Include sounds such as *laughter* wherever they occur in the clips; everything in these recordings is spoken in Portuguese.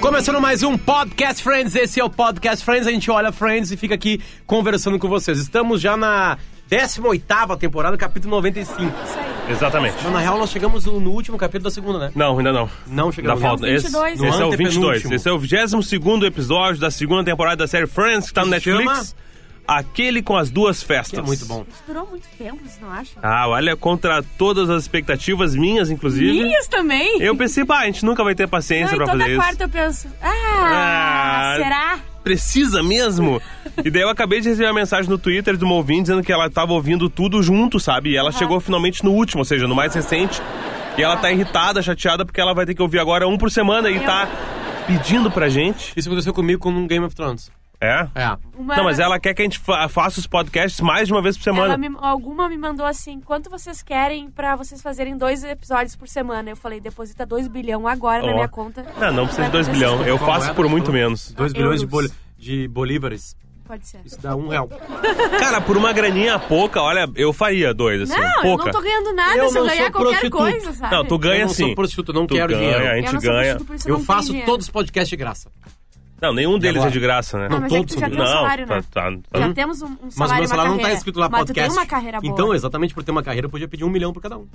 Começando mais um Podcast Friends, esse é o Podcast Friends, a gente olha Friends e fica aqui conversando com vocês. Estamos já na 18ª temporada, capítulo 95. Exatamente. Não, na real, nós chegamos no, no último capítulo da segunda, né? Não, ainda não. Não Dá chegamos. falta. né? Esse, 22. esse é o 22. Antepenúltimo. Esse é o 22 episódio da segunda temporada da série Friends, que tá no Que chama? Netflix. Aquele com as duas Que festas. é muito bom. Durou muito tempo, vocês não acham? Ah, olha, contra todas as expectativas, minhas inclusive. Minhas também? Eu pensei, pá, a gente nunca vai ter não, paciência então e pra toda fazer isso. quarta eu penso, ah, Ah. será? Precisa mesmo? e daí eu acabei de receber uma mensagem no Twitter de uma ouvinte dizendo que ela tava ouvindo tudo junto, sabe? E ela chegou finalmente no último, ou seja, no mais recente. E ela tá irritada, chateada, porque ela vai ter que ouvir agora um por semana e Eu- tá pedindo pra gente. Isso aconteceu comigo com um Game of Thrones. É? É. Uma- Não, mas ela quer que a gente fa- faça os podcasts mais de uma vez por semana. ela me- alguma me mandou assim, quanto vocês querem pra vocês fazerem dois episódios por semana? Eu falei, deposita 2 bilhão agora Ó. na minha conta. Não, não precisa de 2 Vai bilhão. Eu Qual faço moeda por que muito falou? menos. 2 Ah, bilhões de, Euros. boli- de bolívares. Pode ser. Isso dá um real. Cara, por uma graninha pouca, olha, eu faria dois, assim. Não, eu pouca. não tô ganhando é nada Eu se eu não ganhar sou qualquer prostituto. coisa, sabe? Não, tu ganha eu não sim. sou prostituto, não Tu quero ganha, dinheiro. a Eu gente não sou ganha. prostituta, por isso Eu não faço tenho dinheiro. todos os podcasts de graça. Não, nenhum deles agora? é de graça, né? Não, mas é que todos tu já são tem um bons. salário, tá, né? tá, tá. Já temos um, um Mas o salário meu e uma salário não tá carreira. escrito lá mas podcast. tu tem uma carreira boa. Então, exatamente por ter uma carreira, eu podia pedir um milhão pra cada um.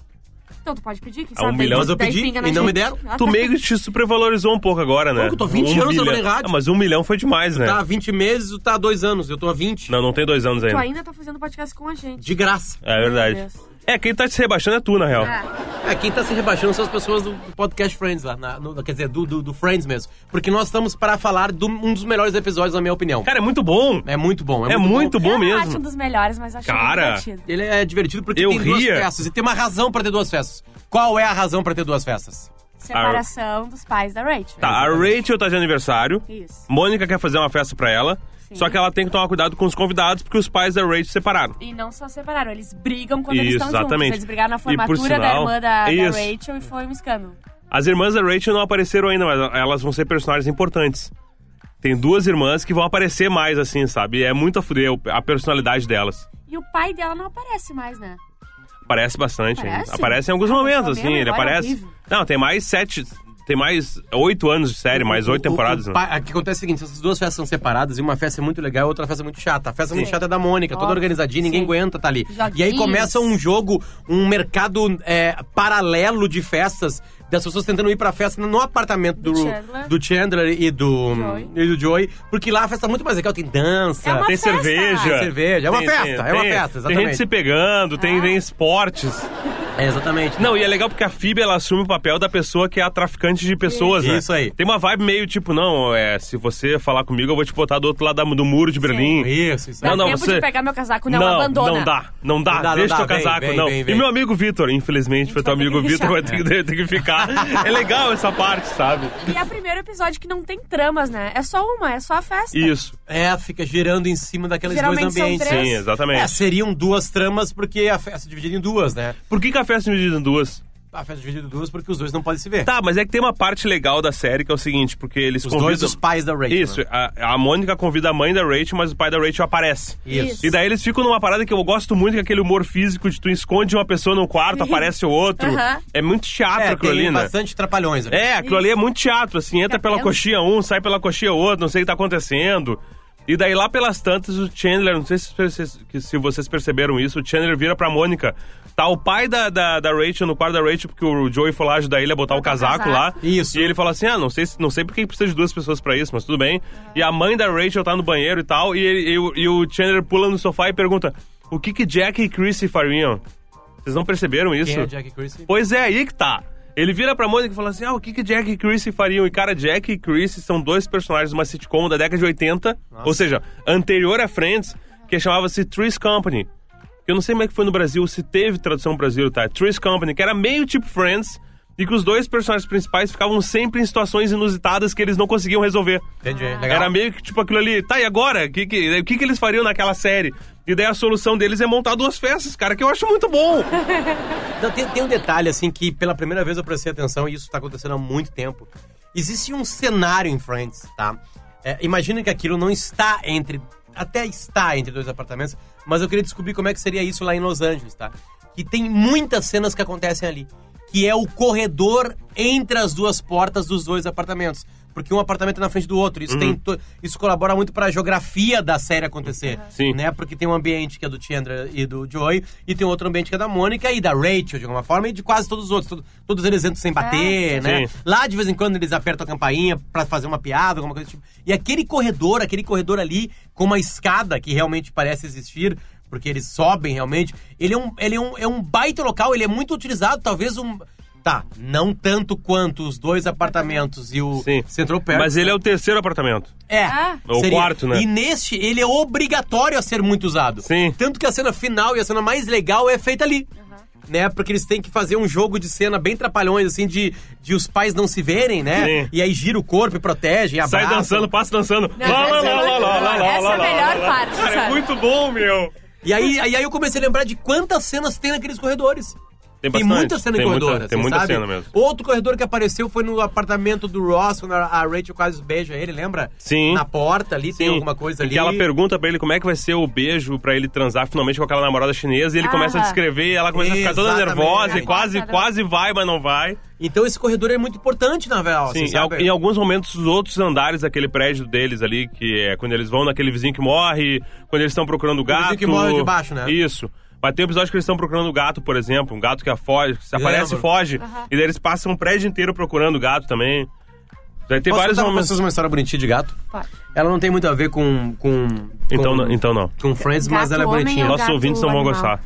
Então tu pode pedir, que um sabe? milhão. daí- Mas Ah, eu daí pedi pinga na e não me gente. deram. Ah, Tu tá. meio que te supervalorizou um pouco agora, né? Como que eu tô 20 anos milhão. trabalhando em rádio? Ah, mas um milhão foi demais, né? Tá há 20 meses, tu tá há 2 anos, eu tô há 20. Não, não tem dois anos Tu ainda. ainda tá fazendo podcast com a gente. De graça. É verdade. Meu Deus. É, quem tá te rebaixando é tu, na real. É. É, quem tá se rebaixando são as pessoas do podcast Friends lá, na- no- quer dizer, do, do- do Friends mesmo. Porque nós estamos para falar de um dos melhores episódios, na minha opinião. Cara, é muito bom. É muito bom, é, É muito bom eu não acho um mesmo. dos melhores, mas acho Cara. muito divertido. Ele é divertido porque Eu tem duas ria. festas. E tem uma razão pra ter duas festas. Qual é a razão pra ter duas festas? Separação dos pais da Rachel. Tá, a Rachel tá de aniversário. Isso. Mônica quer fazer uma festa pra ela. Sim. Só que ela tem que tomar cuidado com os convidados, porque os pais da Rachel separaram. E não só separaram, eles brigam quando eles Isso, estão juntos. exatamente. Eles brigaram na E por formatura da sinal- irmã da, da Isso. Rachel e foi um escândalo. As irmãs da Rachel não apareceram ainda, mas elas vão ser personagens importantes. Tem duas irmãs que vão aparecer mais, assim, sabe? É muito a fuder a personalidade delas. E o pai dela não aparece mais, né? Aparece bastante. hein? Aparece? Tá aparece em alguns momentos, Nossa, assim, meu ele memória é aparece. horrível. Não, tem mais sete. Tem mais oito anos de série, mais oito O- o- temporadas. O, né? pa- o que acontece é o seguinte: essas duas festas são separadas e uma festa é muito legal e outra festa é muito chata. A festa muito Sim. chata é da Mônica, toda Óbvio, organizadinha, ninguém sim. aguenta tá ali. Joguinhos. E aí começa um jogo, um mercado é, paralelo de festas, das pessoas tentando ir pra festa no apartamento do, Do Chandler. do Chandler e do, Joey. e do Joey, porque lá a festa é muito mais legal, tem dança. É uma Tem festa. cerveja. Tem cerveja, é uma festa, é uma festa, Tem exatamente. gente se pegando, tem, Ah. tem esportes. É, exatamente. Não, e é legal porque a FIB ela assume o papel da pessoa que é a traficante de pessoas, né? Isso aí. Tem uma vibe meio tipo, não, é, se você falar comigo, eu vou te botar do outro lado da- do muro de Berlim. Isso, isso É aí. Não, não, Tempo você- de pegar meu casaco, não, não, abandona. não dá, não dá, Não dá, não dá, deixa teu vem, casaco, vem, não. vem, E vem. meu amigo Vitor, infelizmente, foi teu vai ter amigo Então que Vitor, vai deixar. ter que, ter, que ficar. é legal essa parte, sabe? E é o primeiro episódio que não tem tramas, né? É só uma, é só a festa. Isso. É, fica girando em cima daqueles Geralmente dois são ambientes. três. Sim, exatamente. É, seriam duas tramas, porque a festa é dividida em duas, né? Por que, que a festa é dividida em duas? A festa é dividida em duas porque os dois não podem se ver. Tá, mas é que tem uma parte legal da série que é o seguinte, porque eles Os convidam... dois os pais da Rachel. Isso, é né? a, a Mônica convida a mãe da Rachel, mas o pai da Rachel aparece. Isso. E daí eles ficam numa parada que eu gosto muito, que é aquele humor físico de tu esconde uma pessoa num Uhum. quarto, aparece o outro. Aham. É muito teatro É, aquilo tem ali, né? bastante trapalhões. ali. É, aquilo ali é muito teatro, assim, entra Fica pela tenso. coxinha um, sai pela coxinha outro, não sei o que tá acontecendo. E daí lá pelas tantas, o Chandler, não sei se vocês, que- se vocês perceberam isso, o Chandler vira pra Mônica. Tá o pai da, da, da Rachel no quarto da Rachel, porque o Joey foi lá ajudar ele a botar o Botar o casaco, lá. casaco. Isso. E ele fala assim: ah, não sei, se- não sei porque que precisa de duas pessoas pra isso, mas tudo bem. E a mãe da Rachel tá no banheiro e tal, e, ele- e o- e o Chandler pula no sofá e pergunta: o que que Jack e Chrissy fariam? Vocês não perceberam isso? Quem é Jack e Chrissy? Pois é, aí que tá. Ele vira pra Mônica e fala assim: Ah, o que, que Jack e Chrissy fariam? E cara, Jack e Chrissy são dois personagens de uma sitcom da década de 80, ou seja, anterior a Friends, que chamava-se Three's Company. Eu não sei como é que foi no Brasil, se teve tradução no Brasil, tá? Three's Company, que era meio tipo Friends, e que os dois personagens principais ficavam sempre em situações inusitadas que eles não conseguiam resolver. Entendi. Legal. Era meio que tipo aquilo ali, tá, e agora? O que, que, o que, que eles fariam naquela série? E daí a solução deles é montar duas festas, cara, que eu acho muito bom. Não, tem, tem um detalhe, assim, que pela primeira vez eu prestei atenção, e isso tá acontecendo há muito tempo. Existe um cenário em Friends, tá? É, imagina que aquilo não está entre. Até está entre dois apartamentos, mas eu queria descobrir como é que seria isso lá em Los Angeles, tá? Que tem muitas cenas que acontecem ali. Que é o corredor entre as duas portas dos dois apartamentos. porque um apartamento é na frente do outro. Isso, tem to- isso colabora muito pra geografia da série acontecer. Sim. Né? Porque tem um ambiente que é do Chandra e do Joey, e tem outro ambiente que é da Mônica e da Rachel, de alguma forma, e de quase todos os outros. Todo- todos eles entram sem bater, sim. né? Sim. Lá, de vez em quando, eles apertam a campainha pra fazer uma piada, alguma coisa do tipo. E aquele corredor, aquele corredor ali, com uma escada que realmente parece existir, porque eles sobem realmente, ele é um, ele é um, é um baita local, ele é muito utilizado, talvez um... Tá, não tanto quanto os dois apartamentos e o Sim. Central Perk. Mas ele é o terceiro apartamento. É. Ah. É o quarto, né? E neste, ele é obrigatório a ser muito usado. Sim. Tanto que a cena final e a cena mais legal é feita ali. Né? Porque eles têm que fazer um jogo de cena bem trapalhões, assim, de, de os pais não se verem, né? Sim. E aí gira o corpo e protege, e Sai abraça. dançando, passa dançando. Não, Lá, lá, essa lá, é lá, muito lá, boa. lá, lá, Essa é a lá, lá, lá, melhor lá. parte, Cara, é sabe? muito bom, meu. E aí, aí aí eu comecei a lembrar de quantas cenas tem naqueles corredores. Tem bastante. muita cena em Tem muita- corredor. tem assim, muita sabe? cena mesmo. Outro corredor que apareceu foi no apartamento do Ross, quando a a Rachel quase beija ele, lembra? Sim. Na porta ali, tem Sim. alguma coisa Em ali. Que ela pergunta pra ele como é que vai ser o beijo pra ele transar finalmente com aquela namorada chinesa. E ele começa a Ah. descrever, e ela começa a ficar toda Exatamente. nervosa. E Ela quase, começa a- quase vai, mas não vai. Então esse corredor é muito importante na real, Sim, assim, em al- sabe? em alguns momentos, os outros andares daquele prédio deles ali, que é quando eles vão naquele vizinho que morre, quando eles estão procurando o gato. vizinho que morre de baixo, né? Isso. Mas tem um episódio que eles estão procurando o gato, por exemplo, um gato que a foge, que se Eu aparece e lembro. foge. E daí eles passam um prédio inteiro procurando o gato também. Daí tem Posso vários contar pra momentos. vocês uma história bonitinha de gato? Pode. Ela não tem muito a ver com... com Então, com, não- então não. Com Friends, mas Gato ela é homem bonitinha. é um Nossos gato ouvintes não vão animal. gostar.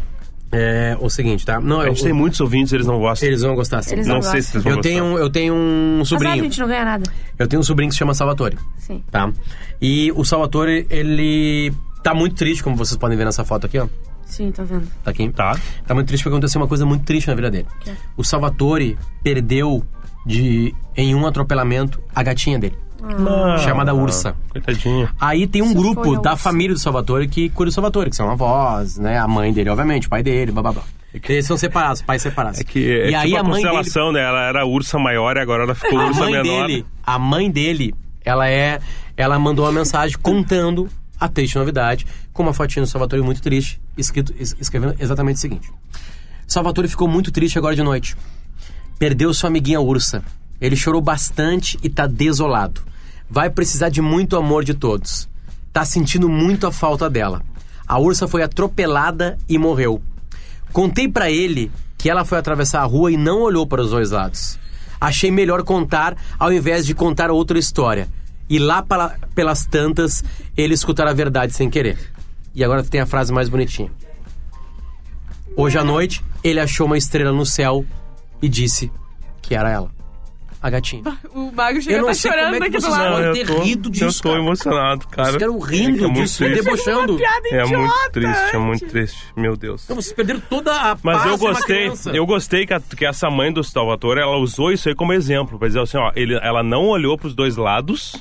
É o seguinte, tá? Não, A eu, gente tem muitos ouvintes, eles não gostam. Eles vão gostar, sim. Eles Não não sei se gostam. eles vão Eu gostar. tenho, um- eu tenho um Mas sabe, a sobrinho. gente não ganha nada. Eu tenho um sobrinho que se chama Salvatore. Sim. Tá? E o Salvatore, ele tá muito triste, como vocês podem ver nessa foto aqui, ó. Sim, tô vendo. Tá aqui. Tá. Tá muito triste porque aconteceu uma coisa muito triste na vida dele. quê? O Salvatore perdeu de em um atropelamento a gatinha dele, Ah. chamada Ursa. Ah, Coitadinha. Aí tem um Isso foi grupo a da Ursa. família do Salvatore que cura o Salvatore, que são avós, né? A mãe dele, obviamente, o pai dele, blá blá blá. Eles são separados, pais separados. É que é e aí tipo a a mãe dele constelação, né? Ela era ursa maior e agora ela ficou a ursa mãe menor. dele, a mãe dele, ela é, ela mandou uma mensagem contando a triste novidade com uma fotinha do Salvatore muito triste, escrito, es- escrevendo exatamente o seguinte: Salvatore ficou muito triste agora de noite. Perdeu sua amiguinha ursa. Ele chorou bastante e tá desolado. Vai precisar de muito amor de todos. Tá sentindo muito a falta dela. A ursa foi atropelada e morreu. Contei pra ele que ela foi atravessar a rua e não olhou para os dois lados. Achei melhor contar ao invés de contar outra história. E lá pela- pelas tantas, ele escutar a verdade sem querer. E agora tem a frase mais bonitinha. Hoje à noite, ele achou uma estrela no céu e disse que era ela. A gatinha. O Mago chega Eu não tá sei como é chorando que aqui do vocês lado. vão- eu ter tô, rido disso, eu tô cara. emocionado, cara. Vocês ficaram rindo é muito disso, triste. debochando. Piada É muito idiota. triste, é muito triste. Meu Deus. Não, vocês perderam toda a Mas paz eu de Então uma gostei, criança. eu gostei que, a- que essa mãe do Salvatore, ela usou isso aí como exemplo. Pra dizer assim, ó, ele, ela não olhou pros dois lados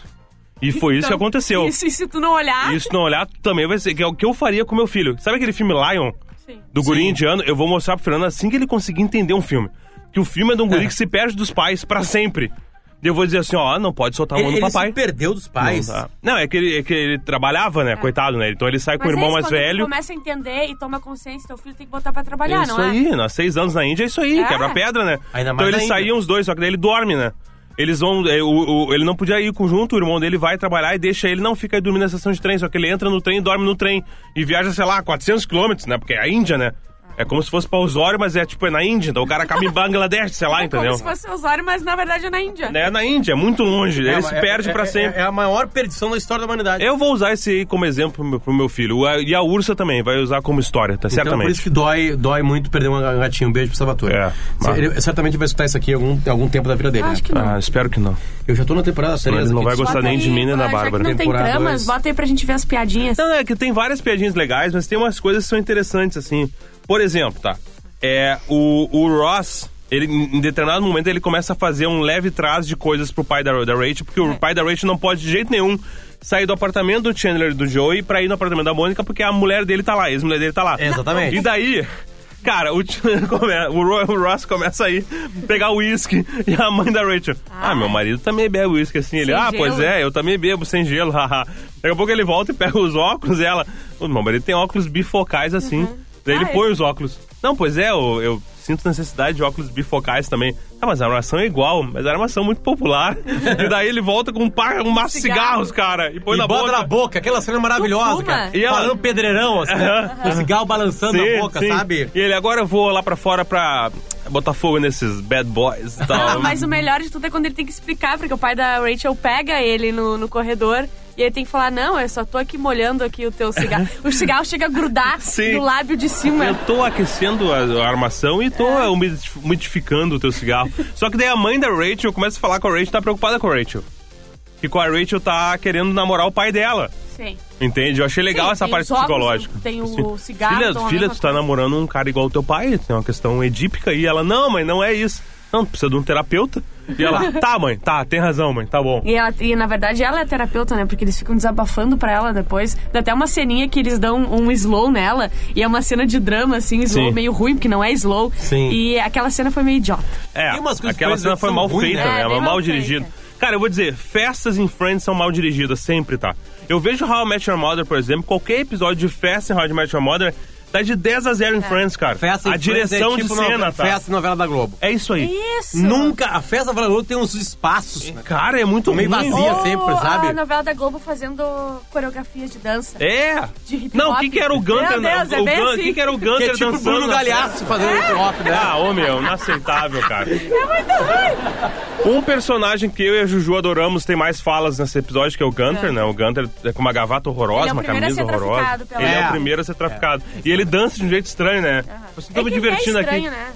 e foi isso que Então, aconteceu. Isso, Isso, e se tu não olhar... não olhar também vai ser, que é o que eu faria com meu filho. Sabe aquele filme Lion? Sim. do guri indiano, eu vou mostrar pro Fernando assim que ele conseguir entender um filme. Que o filme é de um guri que se perde dos pais pra sempre. E eu vou dizer assim, ó, não pode soltar a Ele, mão do ele papai. se perdeu dos Não, pais. tá. não, é que ele, é que ele trabalhava, né? Coitado, né? Então ele sai com o É. Mas irmão é isso, mais quando tu velho. começa a entender e toma consciência, teu filho tem que botar pra É trabalhar, isso não é? aí, nós seis anos na Índia é isso aí, É. quebra pedra, né? Ainda então mais eles na Índia. saíam os dois, só que daí ele dorme, né? Eles vão. é, o- o- ele não podia ir junto, o irmão dele vai trabalhar e deixa ele, não fica aí dormindo na estação de trem, só que ele entra no trem e dorme no trem. E viaja, sei lá, 400 quilômetros, né? Porque é a Índia, né? É como se fosse pra Osório, mas é tipo, é na Índia. Então o cara acaba em Bangladesh, sei lá, É Ah, entendeu? como se fosse Osório, mas na verdade é na Índia. É na Índia, é muito longe. ele mas se perde pra sempre. É, a maior perdição da história da humanidade. Então, é Eu vou usar esse aí como exemplo pro meu, pro meu filho. O- E a ursa também, vai usar como história, Então, tá? por Certamente. isso que dói, dói muito perder um gatinho. Um beijo pro Salvatore. É, mas- Ele certamente vai escutar isso aqui em algum, em algum tempo da vida dele. Eu acho né? que não. Ah, espero que não. Eu já tô na temporada 3. ele não vai Bota gostar nem de aí, mim, nem da já que Bárbara. não tem Temporada tramas, dois. bota aí pra gente ver as piadinhas. Não, é que tem várias piadinhas legais, mas tem umas coisas que são interessantes, assim. Por exemplo, tá? É, o, o Ross, ele, em determinado momento, ele começa a fazer um leve trás de coisas pro pai da, da Rachel, porque o pai da Rachel não pode de jeito nenhum sair do apartamento do Chandler e do Joey pra ir no apartamento da Mônica, porque a mulher dele tá lá, a ex-mulher dele tá lá. É, Exatamente. E daí. Cara, o, Chandler *laughs* come- o Ro- o Ross começa a ir pegar uísque e a mãe da Rachel. Ah, meu marido também bebe uísque assim. Ele, Sem ah, pois gelo. é, eu também bebo sem gelo, *laughs* haha. Daqui a pouco ele volta e pega os óculos e ela. O meu marido tem óculos bifocais assim. Daí ele Ah, põe os óculos. Não, pois é, eu, eu sinto necessidade de óculos bifocais também. Ah, mas a armação é igual, mas a armação é muito *laughs* popular. e daí ele volta com um, par, um maço de Cigarro. cigarros, cara, e põe E na bota boca. na boca, aquela cena maravilhosa, fuma? cara. E ela- Falando pedreirão, assim, né? com o cigarro balançando Sim, na boca, sim. sabe? E ele agora eu vou lá pra fora pra botar fogo nesses bad boys e tal. Não, Ah, *laughs* mas o melhor de tudo é quando ele tem que explicar, porque o pai da Rachel pega ele no, no corredor e ele tem que falar, não, eu só tô aqui molhando aqui o teu *laughs* cigarro. o cigarro chega a grudar Sim. no lábio de Eu cima. tô aquecendo a a armação e tô É. eh, umidi- umidificando o teu cigarro. Só que daí a mãe da Rachel começa a falar com a Rachel, tá preocupada com a Rachel. Que com a Rachel tá querendo namorar o pai dela. Sim. Entende? Eu achei legal Sim, essa tem parte os óculos, psicológica. tem o Assim, cigarro, Filha, então, a filha mesma tu tá namorando um cara igual o teu pai, tem uma questão edípica e ela, não, mãe, não é isso. Não, tu precisa de um terapeuta. E *laughs* ela, tá, mãe, tá, tem razão, mãe, tá bom. E, ela, e na verdade ela é terapeuta, né? Porque eles ficam desabafando pra ela depois. Dá até uma ceninha que eles dão um slow nela. E é uma cena de drama, assim, slow Sim. meio ruim, porque não é slow. Sim. E aquela cena foi meio idiota. É, Tem umas coisas aquela que cena foi são mal ruins, feita, né? né? É, Ela bem mal mal dirigida. feita. Cara, eu vou dizer, festas em Friends são mal dirigidas, sempre, tá? Eu vejo How I Met Your Mother, por exemplo, qualquer episódio de festa em How I Met Your Mother tá de 10 a É. 0 em Friends, cara. Festa em a direção Friends é tipo de cena, novela- tá? Festa e novela da Globo. É isso aí. Isso! Nunca, a festa da novela da Globo tem uns espaços, né? Cara, é muito Meio ruim. vazia. assim. Ou sempre, sabe? A novela da Globo fazendo coreografias de dança. É. De hip Não, o hop. que que era o Meu Gunter? né? Deus, é o bem Gun- assim. que que era o Que Gunter é tipo o dançando? Bruno na Galhaço fazendo É? hip hop, né? Ah, ô meu, inaceitável, cara. É muito ruim. Um personagem que eu e a Juju adoramos tem mais falas nesse episódio, que é o Gunter, né? O Gunter é com uma gavata horrorosa, Ele é o uma primeiro a camisa ser horrorosa. traficado pela- Ele é o É. primeiro a ser traficado. E ele dança de um jeito estranho, né? Você tá me que ele divertindo é aqui. estranho, né?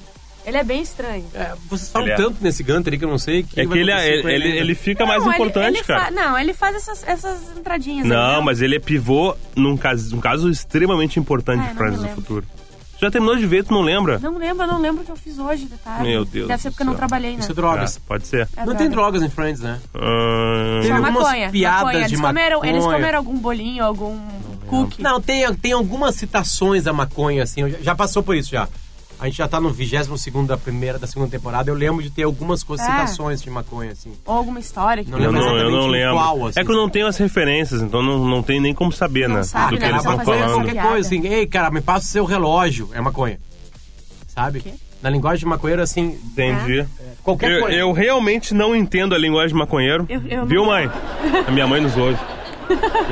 Ele é bem estranho. É, vocês falam Ele é. tanto nesse Gunter aí que eu não sei que É que vai ele, acontecer com ele, ele, ainda. ele fica É mais Não, ele- importante, ele fa- cara. Não, ele faz essas, essas entradinhas. Não, entendeu? mas ele é pivô num caso, um caso extremamente importante Ah, eu de não Friends me do lembro. Futuro. Tu Já terminou de ver, tu não lembra? Não lembro, eu não lembro o que eu fiz hoje, detalhe. Meu Deus Deve ser do porque eu não céu. trabalhei, né? Isso é Ah, drogas. pode ser. É Não tem droga. drogas em Friends, né? Ahn, Tem Só algumas Ah, maconha. piadas maconha. de eles, comeram, eles maconha. comeram algum bolinho, algum cookie. Não, tem, tem algumas citações à maconha, assim. eu já- Já passou por isso, já. A gente já tá no 22 da primeira, da segunda temporada. Eu lembro de ter algumas coisas, É. citações de maconha, assim. Ou alguma história. Que Não tem. Eu lembro não, eu não exatamente lembro. qual, assim, é que eu não tenho as referências, então não, não tem nem como saber, Não né? sabe, do que né? eles Só estão fazer maconha é essa falando. qualquer piada. coisa, assim. Ei, cara, me passa o seu relógio. É maconha. Sabe? Quê? Na linguagem de maconheiro, assim, Entendi. qualquer Eu, coisa. eu realmente não entendo a linguagem de maconheiro. Eu- eu Viu, não- mãe? A minha mãe nos *laughs* ouve.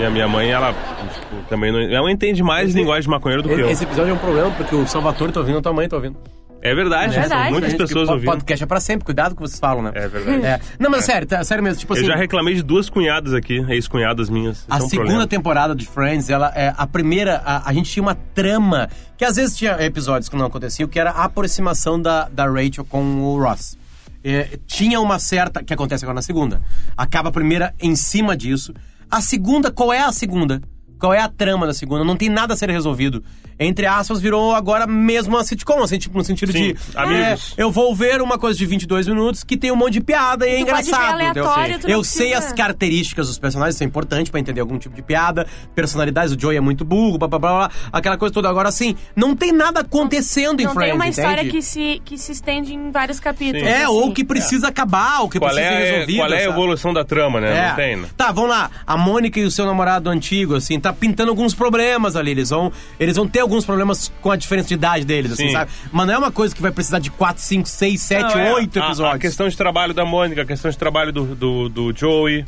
E a minha mãe, ela tipo, também não. Ela entende mais linguagem de maconheiro do que eu. Esse episódio é um problema, porque o Salvatore tá ouvindo, a tua mãe tá ouvindo. É verdade, É verdade. são muitas Gente, pessoas po- ouvindo. Podcast é pra sempre, cuidado com o que vocês falam, né? É verdade. É. Não, mas sério, tá, sério mesmo. Tipo Eu assim, já reclamei de duas cunhadas aqui, ex-cunhadas minhas. Isso A é um segunda problema. temporada de Friends, ela é a primeira, a, a gente tinha uma trama, que às vezes tinha episódios que não aconteciam, que era a aproximação da, da Rachel com o Ross. É, tinha uma certa, que acontece agora na segunda. Acaba a primeira em cima disso. A segunda, qual é a segunda? Qual é a trama da segunda? Não tem nada a ser resolvido. Entre aspas, virou agora mesmo uma sitcom, assim, tipo, no sentido Sim, de... amigos. é, eu vou ver uma coisa de 22 minutos que tem um monte de piada e é Tu pode ver engraçado. entendeu? aleatório, tu não eu sei precisa- as características dos personagens, isso é importante pra entender algum tipo de piada, personalidades, o Joey é muito burro, blá blá blá, blá aquela coisa toda. Agora assim, não tem nada acontecendo em Não Friends, tem uma história entende? que se, que se estende em vários capítulos. É, assim. ou que precisa acabar, ou que Qual precisa ser é, a- resolvida. qual é a sabe? evolução da trama, né? É. Não tem. né? Tá, vamos lá. A Mônica e o seu namorado antigo, assim, tá pintando alguns problemas ali. Eles vão, eles vão ter alguns problemas com a diferença de idade deles, assim, Sim. sabe? Mas não é uma coisa que vai precisar de 4, 5, 6, 7, Não, é. 8 A- A, episódios. questão de trabalho da Mônica, a questão de trabalho do, do, do Joey,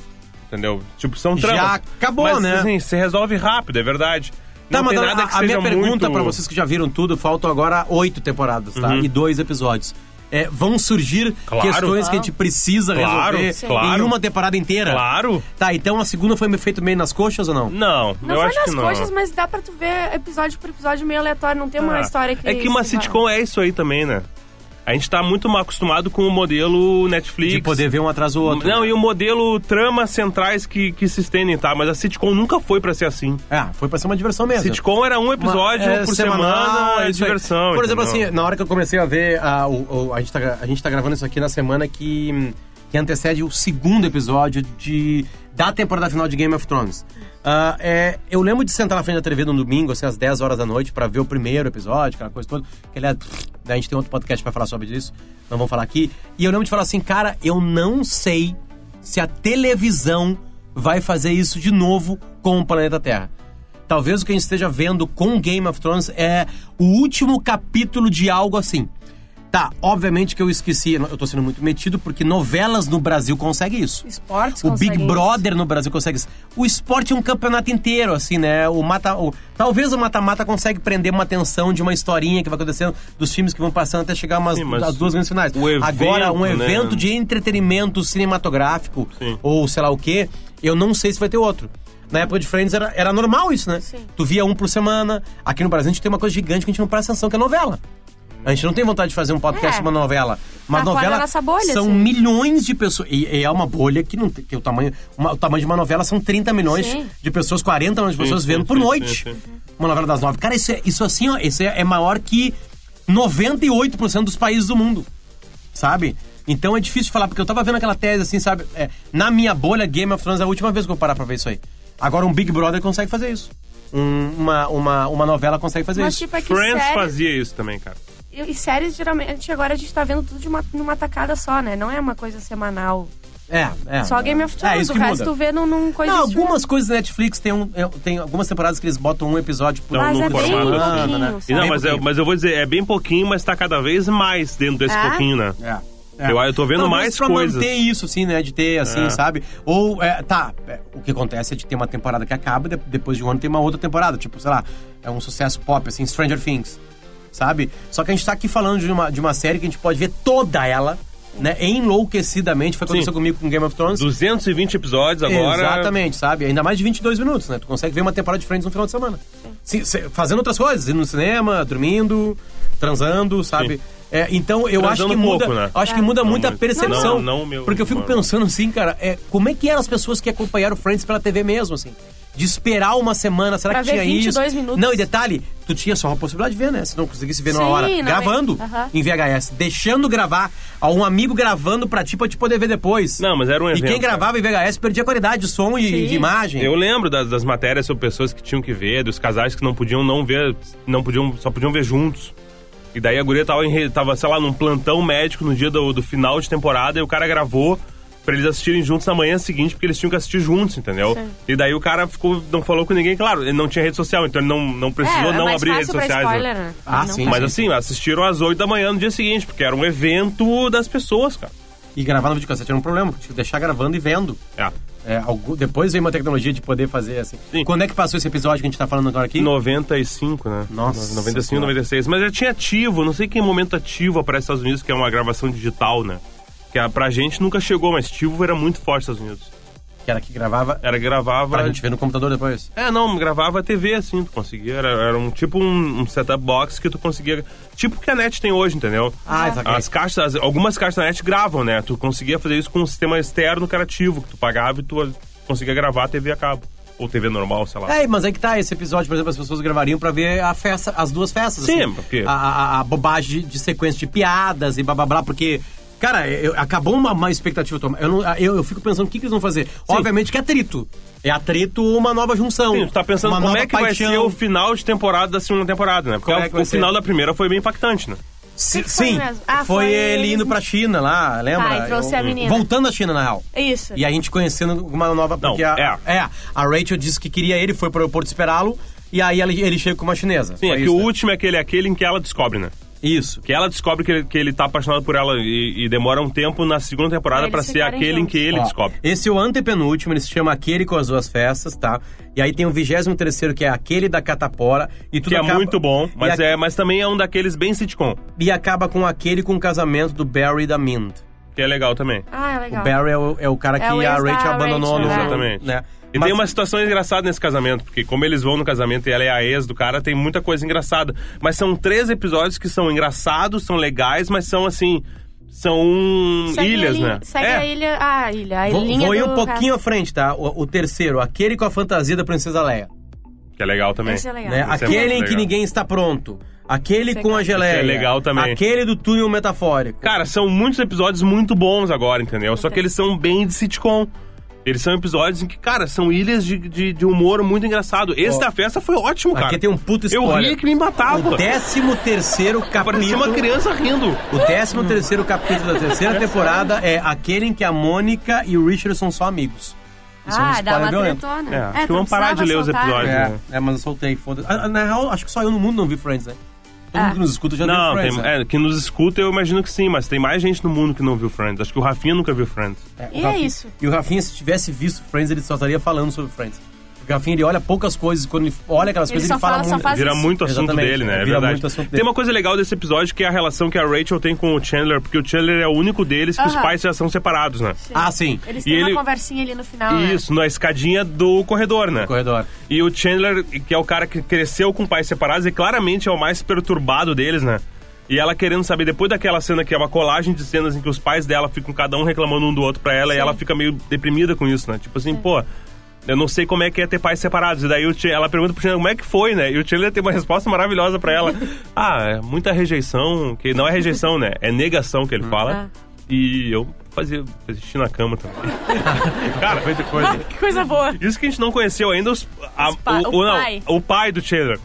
entendeu? Tipo, são Já tramas. acabou, mas, né? Assim, se resolve rápido, é verdade. Tá, não mas tem a- nada a, que a seja minha pergunta muito... Uhum. pra vocês que já viram tudo, faltam agora oito temporadas, tá? E dois episódios. É, vão surgir Claro. questões que a gente precisa Claro, resolver sim. claro. em uma temporada inteira. Claro. Tá, então a segunda foi feito meio nas coxas ou não? Não, eu Não foi acho nas que não. coxas, mas dá pra tu ver episódio por episódio meio aleatório. Não tem uma Ah, história que. É que uma se vá. sitcom é isso aí também, né? A gente tá muito mal acostumado com o modelo Netflix. De poder ver um atrás do outro. Não, e o modelo tramas centrais que, que se estendem, tá? Mas a sitcom nunca foi pra ser assim. É, foi pra ser uma diversão mesmo. Sitcom era um episódio Uma- é, por semanal, semana, é isso aí. diversão. Por exemplo, entendeu? assim, na hora que eu comecei a ver, a, o- o- a, gente, tá, gra- a gente tá gravando isso aqui na semana que, hum, que antecede o segundo episódio de, da temporada final de Game of Thrones. Ah, é, eu lembro de sentar na frente da TV no domingo, assim, às 10 horas da noite, pra ver o primeiro episódio, aquela coisa toda. Que, aliás, a gente tem outro podcast pra falar sobre isso, não vamos falar aqui. E eu lembro de falar assim, cara, eu não sei se a televisão vai fazer isso de novo com o planeta Terra. Talvez o que a gente esteja vendo com Game of Thrones é o último capítulo de algo assim. Tá, obviamente que eu esqueci, eu tô sendo muito metido, porque novelas no Brasil conseguem isso. Esportes O Big conseguem Brother no Brasil consegue isso. O esporte é um campeonato inteiro, assim, né? O mata, o- talvez o mata-mata consegue prender uma atenção de uma historinha que vai acontecendo, dos filmes que vão passando até chegar umas, Sim, mas às duas grandes finais. o evento, Agora, um né? evento de entretenimento cinematográfico, Sim. ou sei lá o quê, eu não sei se vai ter outro. Na época de Friends era, era normal isso, né? Sim. Tu via um por semana. Aqui no Brasil a gente tem uma coisa gigante que a gente não presta atenção, que é novela. A gente não tem vontade de fazer um podcast É. uma novela. Mas Tá fora novela da nossa bolha, são assim. milhões de pessoas. E, e é uma bolha que não tem. Que o, tamanho, uma- o tamanho de uma novela são 30 milhões Sim. de pessoas, 40 milhões de Sim, pessoas sim, vendo por sim, noite. sim, Uma novela das nove. Cara, isso, é- isso assim, ó, isso é, é maior que 98% dos países do mundo. Sabe? Então é difícil falar, porque eu tava vendo aquela tese assim, sabe? É, na minha bolha, Game of Thrones é a última vez que eu vou parar pra ver isso aí. Agora um Big Brother consegue fazer isso. Um- uma, uma, uma novela consegue fazer Mas isso. tipo, é que Friends série- fazia isso também, cara. E e séries, geralmente, agora a gente tá vendo tudo de uma, numa tacada só, né? Não é uma coisa semanal. É, é. Só Game of É, Thrones. isso o que resto muda. tu vê num, num coisa Não, de- algumas coisas da Netflix tem, um, é, tem algumas temporadas que eles botam um né? episódio por Não, Mas no é bem formato. pouquinho, Não, não, E não, Bem mas, sabe? é- pouquinho. mas eu vou dizer, é bem pouquinho, mas tá cada vez mais dentro desse É? pouquinho, né? É. Eu, eu tô vendo Talvez mais pra coisas. manter isso, assim, né? De ter, assim, É. sabe? Ou, é, tá, é, o que acontece é de ter uma temporada que acaba, de- depois de um ano tem uma outra temporada. Tipo, sei lá, é um sucesso pop, assim, Stranger Things, sabe? Só que a gente tá aqui falando de uma, de uma série que a gente pode ver toda ela, né? Enlouquecidamente, foi o que Sim. aconteceu comigo com Game of Thrones. 220 episódios agora. Exatamente, sabe? Ainda mais de 22 minutos, né? Tu consegue ver uma temporada de Friends no final de semana. Sim, cê- fazendo outras coisas, indo no cinema, dormindo, transando, sabe? Sim. É, então eu acho Transando que muda, pouco, né? acho que muda Não muito a muito. percepção. Não, não o meu, porque eu fico mano. pensando assim, cara, é, como é que eram as pessoas que acompanharam Friends pela TV mesmo, assim? De esperar uma semana, será Pra que ver tinha 22 isso? minutos. Não, e detalhe, tu tinha só uma possibilidade de ver, né? Se não conseguisse ver na Sim, hora, não, é- gravando Aham. em VHS, deixando gravar, a um amigo gravando pra ti pra te poder ver depois. Não, mas era um E evento, quem gravava em VHS perdia a qualidade de som e Sim. de imagem. Eu lembro das, das matérias sobre pessoas que tinham que ver, dos casais que não podiam não ver, não podiam, só podiam ver juntos. E daí a guria tava, em re- tava sei lá, num plantão médico no dia do, do final de temporada e o cara gravou pra eles assistirem juntos na manhã seguinte, porque eles tinham que assistir juntos, entendeu? Sim. E daí o cara ficou, não falou com ninguém, claro, ele não tinha rede social, então ele não, não precisou é, não mais abrir fácil redes pra sociais. né? Spoiler, né? Ah, Não. sim. Mas assim, assistiram às 8 da manhã no dia seguinte, porque era um evento das pessoas, cara. E gravar no videocassete era um problema, tinha que deixar gravando e vendo. É. É, algu- Depois veio uma tecnologia de poder fazer assim. Sim. Quando é que passou esse episódio que a gente tá falando agora aqui? 95, né? Nossa 95, Senhora. 96. Mas já tinha ativo, não sei que momento ativo aparece nos Estados Unidos, que é uma gravação digital, né? Que a- pra gente nunca chegou, mas ativo era muito forte nos Estados Unidos. Que era que gravava Era gravava. pra gente ver no computador depois. É, não, gravava TV, assim, tu conseguia. Era, era um tipo um, um setup box que tu conseguia. Tipo o que a net tem hoje, entendeu? Ah, isso aqui. As caixas, as- algumas caixas da net gravam, né? Tu conseguia fazer isso com um sistema externo que era ativo, que tu pagava e tu conseguia gravar a TV a cabo. Ou TV normal, sei lá. É, mas aí que tá, esse episódio, por exemplo, as pessoas gravariam pra ver a festa, as duas festas. Sim, assim. porque- A, a- a bobagem de, de sequência de piadas e blá blá blá, porque. Cara, eu- acabou uma, uma expectativa. Eu, tô- eu, não- eu, eu fico pensando o que, que eles vão fazer. Obviamente que é atrito. É atrito ou uma nova junção. Sim, tu tá pensando uma como nova é que vai paixão. ser o final de temporada da segunda temporada, né? Porque Como é que o, vai o final ser? da primeira foi bem impactante, né? Si- que foi Sim, mesmo? Ah, foi, foi ele eles- indo pra China lá, lembra? Tá, e trouxe a menina. Voltando à China, na real. É Isso. E a gente conhecendo uma nova... Porque Não, a, é. a Rachel disse que queria ele, foi pro aeroporto esperá-lo, e aí ele, ele chega com uma chinesa. Sim, Foi é que isso, o né? último é aquele, aquele em que ela descobre, né? Isso. Que ela descobre que ele, que ele tá apaixonado por ela e, e demora um tempo na segunda temporada Eles pra ser ficarem aquele em juntos. que ele Ó, descobre. Esse é o antepenúltimo, ele se chama Aquele com as Duas Festas, tá? E aí tem o 23 terceiro que é Aquele da Catapora, e tudo Que é acaba- muito bom, mas, e a- é, mas também é um daqueles bem sitcom, E acaba com Aquele com o casamento do Barry e da Mint. que é legal também. Ah, é legal. O Barry é o, é o cara É o que ex a da Rachel abandonou Rachel, no... né? Exatamente. Né? E Mas- tem uma situação engraçada nesse casamento, porque como eles vão no casamento e ela é a ex do cara, tem muita coisa engraçada. Mas são três episódios que são engraçados, são legais, mas são assim. São Segue ilhas, a ilha, né? Segue é. a ilha. Ah, a ilha. A Vou, linha vou ir do um pouquinho à frente, tá? O, o terceiro, aquele com a fantasia da Princesa Leia. Que é legal também. Esse é legal. Né? Esse é Aquele muito em que legal. ninguém está pronto. Aquele Esse é com a legal. geleia. Esse é legal também. Aquele do túnel metafórico. Cara, são muitos episódios muito bons agora, entendeu? Só que eles são bem de sitcom. Eles são episódios em que, cara, são ilhas de, de, de humor muito engraçado. Esse Ó. da festa foi ótimo, cara. Aqui tem um puto Eu spoiler. ria que me matava. O décimo terceiro Parecia capítulo... uma criança rindo. O décimo terceiro capítulo da terceira temporada é aquele em que a Mônica e o Richard são só amigos. Isso é um Ah, dá spoiler uma violento. tretona. É, acho que tu vamos parar de precisava ler os soltar, né? episódios. ah, É, é, mas eu soltei, foda-se. Ah, Na real, acho que só eu no mundo não vi Friends, né? Todo mundo que nos escuta já Não, viu tem, Friends. né? é, que nos escuta eu imagino que sim, mas tem mais gente no mundo que não viu Friends. Acho que o Rafinha nunca viu Friends. É, o E é Rafinha- isso. E o Rafinha, se tivesse visto Friends, ele só estaria falando sobre Friends. Porque o Rafinha, ele olha poucas coisas, quando ele olha aquelas Ele coisas, só ele fala, fala, só muito. faz Vira isso. muito assunto Exatamente, dele, né? é, É vira verdade. muito assunto dele. Tem uma coisa legal desse episódio que é a relação que a Rachel tem com o Chandler, porque o Chandler é o único deles que os Aham. pais já são separados, né? Ah, sim. Eles E têm ele- uma conversinha ali no final, né? Isso, na escadinha do corredor, né? Corredor. E o Chandler, que é o cara que cresceu com pais separados e claramente é o mais perturbado deles, né? E ela querendo saber, depois daquela cena que é uma colagem de cenas em que os pais dela ficam cada um reclamando um do outro pra ela, e Sim. ela fica meio deprimida com isso, né? Tipo assim, pô, eu não sei como é que é ter pais separados. E daí o Chandler, ela pergunta pro Chandler como é que foi, né? E o Chandler tem uma resposta maravilhosa pra ela. ah, é muita rejeição, que não é rejeição, né? É negação que ele fala. E eu fazia, fazia xixi na cama também. cara, Muita coisa. *laughs* Que coisa boa. isso que a gente não conheceu ainda os, a- Os pa- o, o o- não, pai. o pai do Chandler.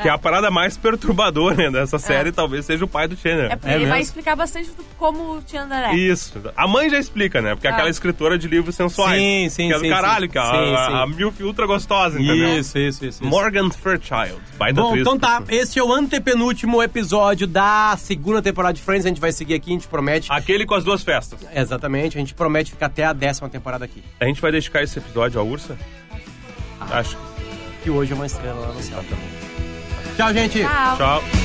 Que é a parada mais perturbadora né, dessa série, talvez seja o pai do Chandler. É porque É ele vai mesmo? explicar bastante do como o Chandler é. Isso. A mãe já explica, né? Porque é Ah. aquela escritora de livros sensuais. Sim, sim, que é do sim, caralho, sim. que é a, Sim, a- sim. a Milf ultra gostosa, entendeu? Isso, isso, isso. isso. Morgan Fairchild. Baita Bom, atriz. então tá. Esse é o antepenúltimo episódio da segunda temporada de Friends. A gente vai seguir aqui, a gente promete. Aquele com as duas festas. Exatamente, a gente promete ficar até a décima temporada aqui. A gente vai dedicar esse episódio à Ursa? Acho. Ah. Que hoje é uma estrela lá no céu também. Tchau, gente! Tchau. Tchau.